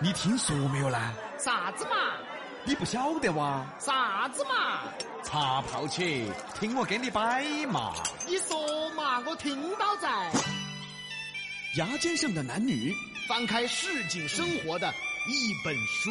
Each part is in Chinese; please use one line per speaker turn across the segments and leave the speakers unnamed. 你听说没有呢？
啥子嘛？
你不晓得哇？
啥子嘛？
茶泡起，听我给你摆嘛。
你说嘛，我听到在。
牙尖上的男女，
翻开市井生活的一本书，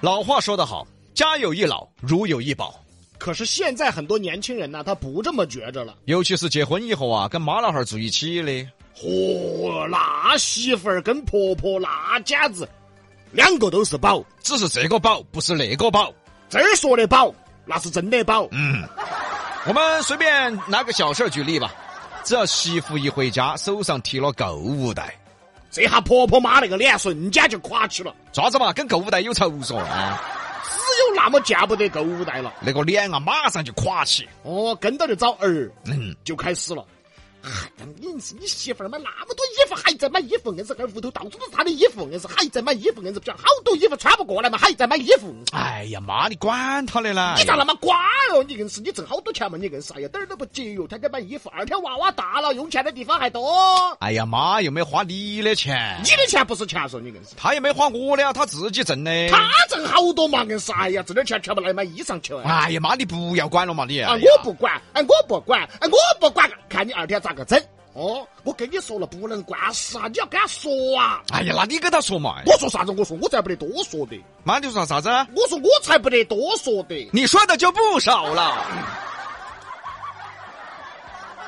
老话说得好，家有一老，如有一宝。
可是现在很多年轻人呢，他不这么觉着了。
尤其是结婚以后啊，跟妈老汉儿住一起的，
嚯，那媳妇儿跟婆婆那简直，两个都是宝。
只是这个宝不是那个宝。嗯
这儿说的宝，那是真的宝。
我们随便拿个小事儿举例吧，只要媳妇一回家，手上提了购物袋，
这下婆婆妈那个脸瞬间就垮起了，
爪子嘛跟购物袋有仇嗦啊，
只有那么见不得购物袋了。
那个脸啊马上就垮起。
哦，跟到就找儿，
嗯，
就开始了。哎呀，你你媳妇儿买那么多衣服，还在买衣服，硬是二屋头到处都是她的衣服，硬是还在买衣服，硬是不晓得好多衣服穿不过来嘛，还在买衣服。
哎呀妈，你管他的啦！
你咋那么瓜哟？你硬是你挣好多钱嘛？你硬是哎呀，点儿都不节约，天天买衣服，二天娃娃大了，用钱的地方还多。
哎呀妈，又没花你的钱
你，的钱不是钱说，你硬是。
他也没花我的啊，他自己挣的。
他挣好多嘛，硬是哎呀，挣点钱全部拿来买衣裳去了。
哎呀妈，你不要管了嘛你！
啊，
哎呀
我不管，哎，我不管，哎，我不管，看你二天咋个整？哦，我跟你说了，不能惯事啊，你要跟他说啊。
哎呀，那你跟他说嘛。
我说啥子？我说我才不得多说的，
妈，你说啥子？啊
我说我才不得多说的。
你说的就不少了。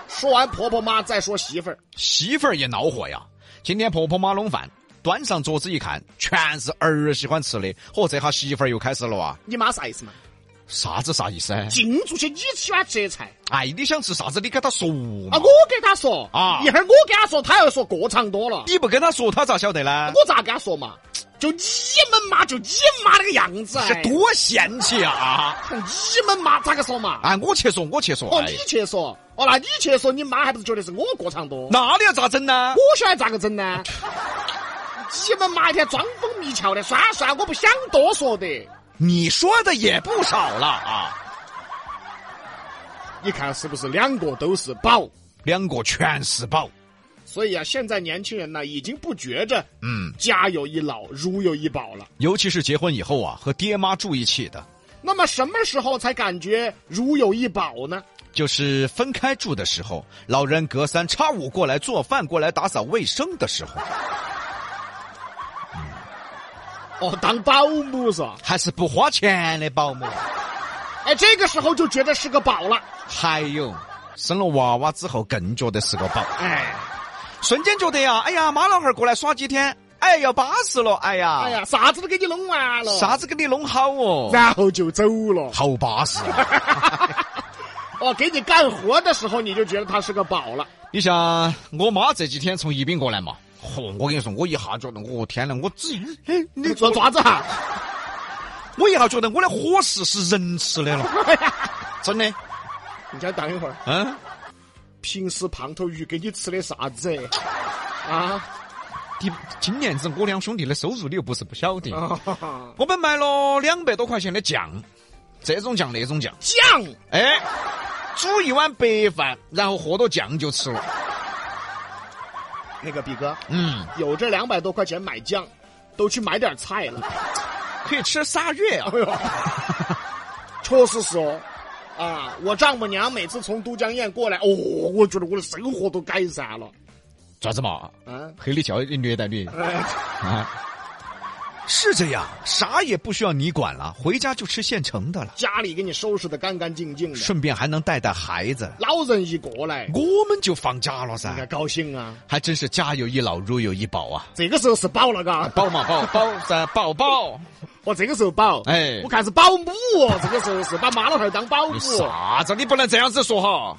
说完婆婆妈再说媳妇儿，
媳妇儿也恼火呀。今天婆婆妈弄饭，端上桌子一看，全是儿喜欢吃的。嚯，这下媳妇儿又开始了啊！
你妈啥意思嘛？
啥子啥意思？啊
进出去你喜欢吃的菜
哎，你想吃啥子，你跟他说
啊，
嘛。
我给她说
啊
一会儿我跟她说，她又说过长多了，
你不跟他说，他咋晓得呢？
啊我咋跟她说嘛？就你们妈，就你妈那个样子，
这
哎
多嫌弃啊！
你们妈咋个说嘛？
哎，我去说，我去说。
哦，
哎
你，去说，哦，那你去说，你妈还不是觉得是我过长多？
那你要咋整呢？
我晓得咋个整呢？ 你们妈一天装疯迷窍的，算了算了，我不想多说的。
你说的也不少了啊，
你看是不是两个都是宝？
两个全是宝。
所以啊，现在年轻人呢，已经不觉着
嗯，
家有一老，如有一宝了。
尤其是结婚以后啊，和爹妈住一起的，
那么什么时候才感觉如有一宝呢？
就是分开住的时候，老人隔三差五过来做饭、过来打扫卫生的时候，
哦，当保姆是吧？
还是不花钱的保姆。
哎，这个时候就觉得是个宝了。
还有，生了娃娃之后更觉得是个宝，
哎，
瞬间觉得呀，哎呀，妈老汉儿过来耍几天，哎，要巴适了，哎呀，
哎呀，啥子都给你弄完 了，
啥子给你弄好 哦，
然后就走了。
好巴适、啊。
哦，给你干活的时候，你就觉得他是个宝了。
你像我妈这几天从宜宾过来嘛，嚯、我跟你说，我一下觉得，我天呐，我之前，
你说爪子哈？
我一下觉得我的伙食是人吃的了， 真的，
你先等一会儿，
嗯，
平时胖头鱼给你吃的啥 子？啊，
你今年子我两兄弟的收入你又不是不晓得，
啊
我们买了两百多块钱的酱，这种酱那种酱，
酱
哎，煮一碗白饭，然后喝点酱就吃了，
那个比哥
嗯，
有这两百多块钱买酱，都去买点菜了。
可以吃仨月啊
哎，呦，确实是哦。啊，我丈母娘每次从都江堰过来，哦，我觉得我的生活都改善了。
爪子嘛，
啊，
黑的教育虐待你。
哎，
啊，是这样，啥也不需要你管了，回家就吃现成的了，
家里给你收拾的干干净净的，
顺便还能带带孩子，
老人一过来，
我们就放假了
应
噻，
该高兴啊。
还真是家有一老，如有一宝啊，
这个时候是宝了，嘎，
宝嘛 宝宝噻，宝宝，
我这个时候宝，
哎
我看是保姆哦，这个时候是把妈老汉儿当保姆哦
你。啥子？你不能这样子说哈，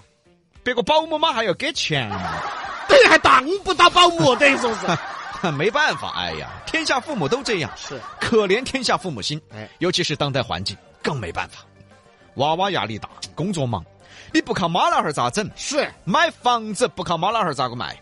别个保姆妈还要给钱，
等于还当不到保姆，等于说是
没办法，哎呀，天下父母都这样，
是
可怜天下父母心，
哎
尤其是当代环境更没办法，娃娃压力大，工作忙，你不靠妈老汉儿咋整？
是，
买房子不靠妈老汉儿咋个卖，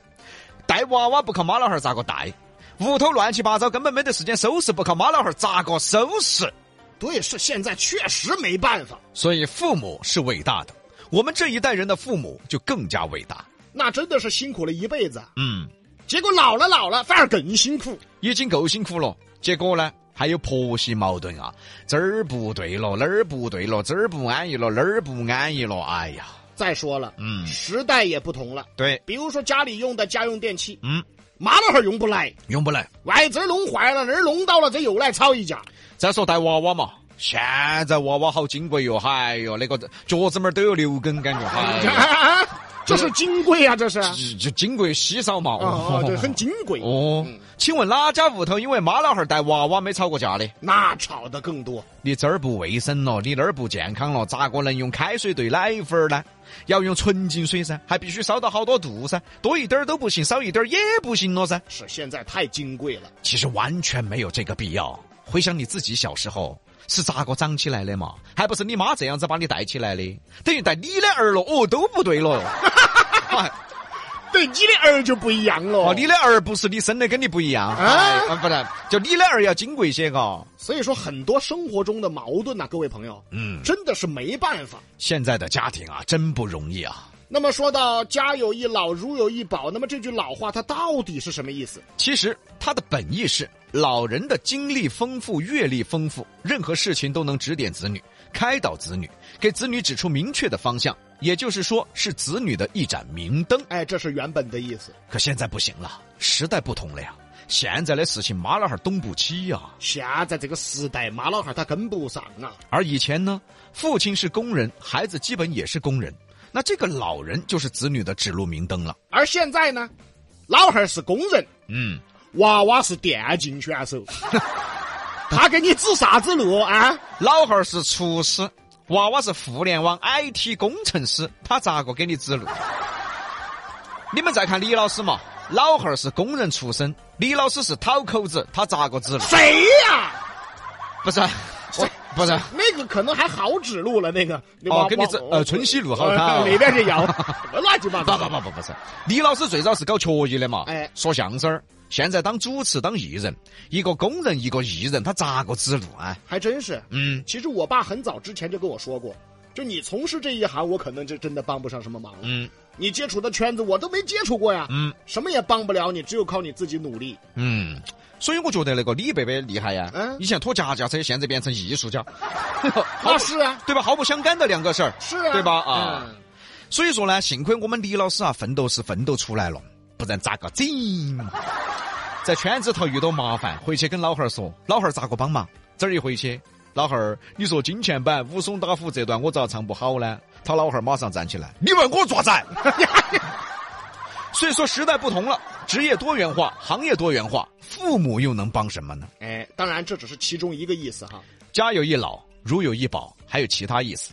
带娃娃不靠妈老汉儿咋个带，屋头乱七八糟根本没得时间收拾，不靠妈老汉儿咋个收拾？
对，是现在确实没办法。
所以父母是伟大的，我们这一代人的父母就更加伟大。
那真的是辛苦了一辈子，
嗯，
结果老了老了反而更辛苦。
已经够辛苦了，结果呢，还有婆媳矛盾啊，这儿不对了，那儿不对了，这儿不安逸了，那儿不安逸了，哎呀，
再说了，
嗯
时代也不同了，
对，
比如说家里用的家用电器，
嗯，
麻辣儿用不来，
用不来。
外这儿弄坏了，那儿弄到了，这又来吵一架。
再说带娃娃嘛，现在娃娃好金贵哟，嗨哟，那个脚趾拇儿都有六根，感觉嗨哟，
啊，这是金贵啊，这是。
就就金贵稀少嘛，
哦， 哦对，很嗯金贵，
哦，请问哪家屋头因为妈老汉儿带娃娃没吵过架的？
那炒的更多。
你这儿不卫生了，你那儿不健康了，咋个能用开水兑奶粉儿呢？要用纯净水噻，还必须烧到好多度噻，多一点儿都不行，少一点儿也不行了噻。
是现在太金贵了，
其实完全没有这个必要。回想你自己小时候是咋个长起来的嘛？还不是你妈这样子把你带起来的？等于带你的儿了，哦，都不对了。 哎
对你的儿就不一样了。
哦，你的儿不是你生的，跟你不一样啊、
啊
哎不然就你的儿要金贵些哦嘎。
所以说很多生活中的矛盾呐、各位朋友，
嗯，
真的是没办法。
现在的家庭啊，真不容易啊。
那么说到家有一老，如有一宝，那么这句老话它到底是什么意思？
其实它的本意是，老人的经历丰富、阅历丰富，任何事情都能指点子女、开导子女，给子女指出明确的方向。也就是说，是子女的一盏明灯。
哎，这是原本的意思。
可现在不行了，时代不同了呀。现在的事情，妈老汉儿懂不起呀、
现在这个时代，妈老汉儿他跟不上啊。
而以前呢，父亲是工人，孩子基本也是工人，那这个老人就是子女的指路明灯了。
而现在呢，老汉儿是工人，
嗯，
娃娃是电竞选手，他给你指啥子路啊？
老汉儿是厨师，娃娃是互联网 IT 工程师，他咋个给你指路？你们再看李老师嘛，老汉儿是工人出身，李老师是讨口子，他咋个指路？
谁呀、
不 是，我不是。
那个可能还好指路了，那个
哦跟你这呃春熙路好看啊
里 边是窑，什么乱七八
不
糟。
不不不不是，李老师最早是搞曲艺的嘛，
哎
说相声儿，现在当主持当艺人，一个工人一个艺人，他咋个指路啊？
还真是。
嗯，
其实我爸很早之前就跟我说过，就你从事这一行，我可能就真的帮不上什么忙了。
嗯，
你接触的圈子我都没接触过呀，
嗯，
什么也帮不了你，只有靠你自己努力。
嗯，所以我觉得那个李伯伯厉害呀、
嗯
以前拖家家车，现在变成艺术 家，
那是啊，
对吧？毫不相干的两个事儿，
是啊，
哦对吧？啊、
嗯
所以说呢，幸亏我们李老师啊，奋斗是奋斗出来了，不然咋个整嘛？在圈子头遇到麻烦，回去跟老汉儿说，老汉儿咋个帮忙？这儿一回去，老汉儿，你说金钱版武松打虎这段我咋唱不好呢？他老汉儿马上站起来，你问我爪子？ 所以说时代不同了，职业多元化，行业多元化，父母又能帮什么呢？
哎，当然这只是其中一个意思哈。
家有一老，如有一宝，还有其他意思。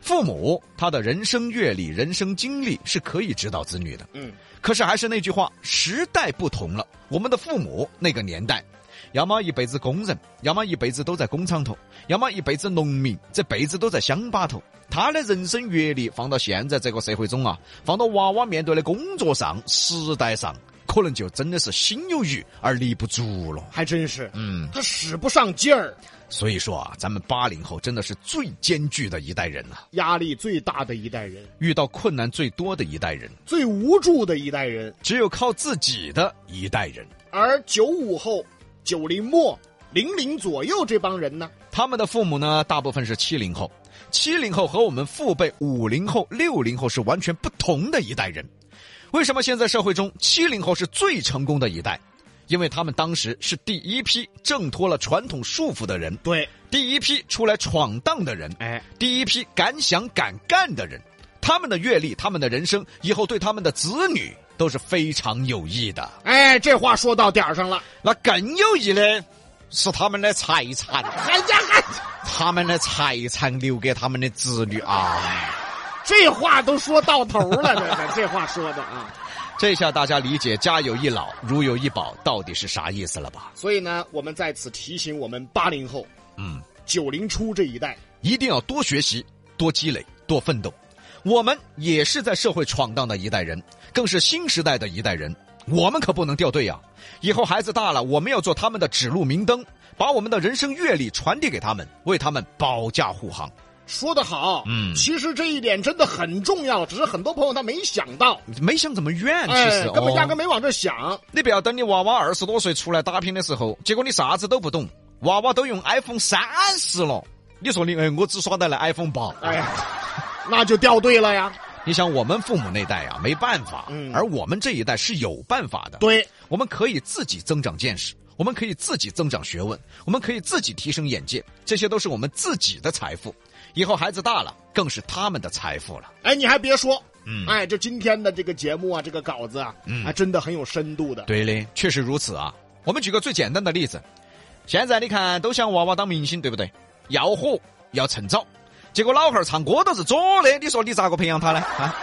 父母他的人生阅历、人生经历是可以指导子女的。
嗯，
可是还是那句话，时代不同了。我们的父母那个年代，要么一辈子工人，要么一辈子都在工厂头，要么一辈子农民，这辈子都在乡坝头。他的人生阅历放到现在这个社会中啊，放到娃娃面对的工作上、时代上，可能就真的是心有余而力不足了。
还真是，
嗯。
他使不上劲儿，
所以说啊，咱们八零后真的是最艰巨的一代人了、
压力最大的一代人，
遇到困难最多的一代人，
最无助的一代人。
只有靠自己的一代人。
而九五后、九零末、零零左右这帮人呢，
他们的父母呢，大部分是七零后，七零后和我们父辈五零后、六零后是完全不同的一代人。为什么现在社会中七零后是最成功的一代？因为他们当时是第一批挣脱了传统束缚的人，
对，
第一批出来闯荡的人，
哎，
第一批敢想敢干的人，他们的阅历、他们的人生，以后对他们的子女都是非常有益的。
哎，这话说到点儿上了。
那更有益的是他们的财产，
哎呀，哎，
他们的财产留给他们的子女啊！
这话都说到头 了，这这这话说的啊。
这下大家理解“家有一老，如有一宝”到底是啥意思了吧？
所以呢，我们在此提醒我们八零后、
嗯，
九零初这一代，
一定要多学习、多积累、多奋斗。我们也是在社会闯荡的一代人，更是新时代的一代人。我们可不能掉队呀、啊以后孩子大了，我们要做他们的指路明灯，把我们的人生阅历传递给他们，为他们保驾护航。
说得好，
嗯
其实这一点真的很重要，只是很多朋友他没想到，
没想这么远，嗯其
哎
实、，
根本压根
哦。
没往这想。
你不要等你娃娃二十多岁出来打拼的时候，结果你啥子都不懂，娃娃都用 iPhone 三十了，你说你哎，我只耍得来 iPhone 八。
哎呀， 那就掉队了呀。
你想我们父母那代啊，没办法，
嗯
而我们这一代是有办法的。
对，
我们可以自己增长见识，我们可以自己增长学问，我们可以自己提升眼界，这些都是我们自己的财富。以后孩子大了，更是他们的财富了。
哎，你还别说，
嗯
哎，这今天的这个节目啊，这个稿子啊，
嗯
还真的很有深度的。
对嘞，确实如此啊。我们举个最简单的例子，现在你看都想娃娃当明星，对不对？要火要趁早，结果老汉儿唱歌都是左的，你说你咋个培养他呢？啊，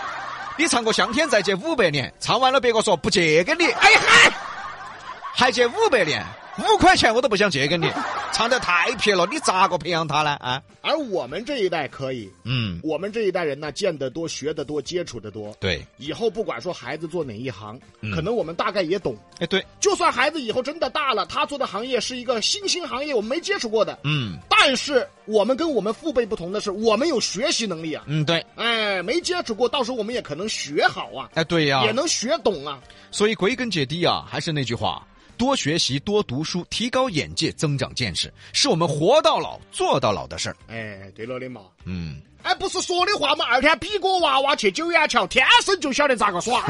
你唱过《向天再借五百年》，唱完了别个说不借给你，
哎嗨，
还借五百年，五块钱我都不想借给你，唱得太撇了，你咋个培养他呢？啊，
而我们这一代可以，
嗯，
我们这一代人呢，见得多，学得多，接触得多。
对，
以后不管说孩子做哪一行，
嗯
可能我们大概也懂。
哎对，
就算孩子以后真的大了，他做的行业是一个新兴行业，我们没接触过的。
嗯
但是我们跟我们父辈不同的是，我们有学习能力啊，
嗯对，
哎，没接触过，到时候我们也可能学好啊，
哎对呀、
也能学懂啊。
所以归根结底啊，还是那句话，多学习、多读书，提高眼界、增长见识，是我们活到老、做到老的事儿。
哎，对了，林毛，
嗯，
哎，不是说的话嘛，二天比哥娃娃去九眼桥，天生就晓得咋个耍。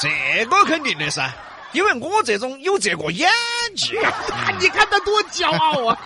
这个肯定 的噻，因为我这种有这个演技
你看他多骄傲啊！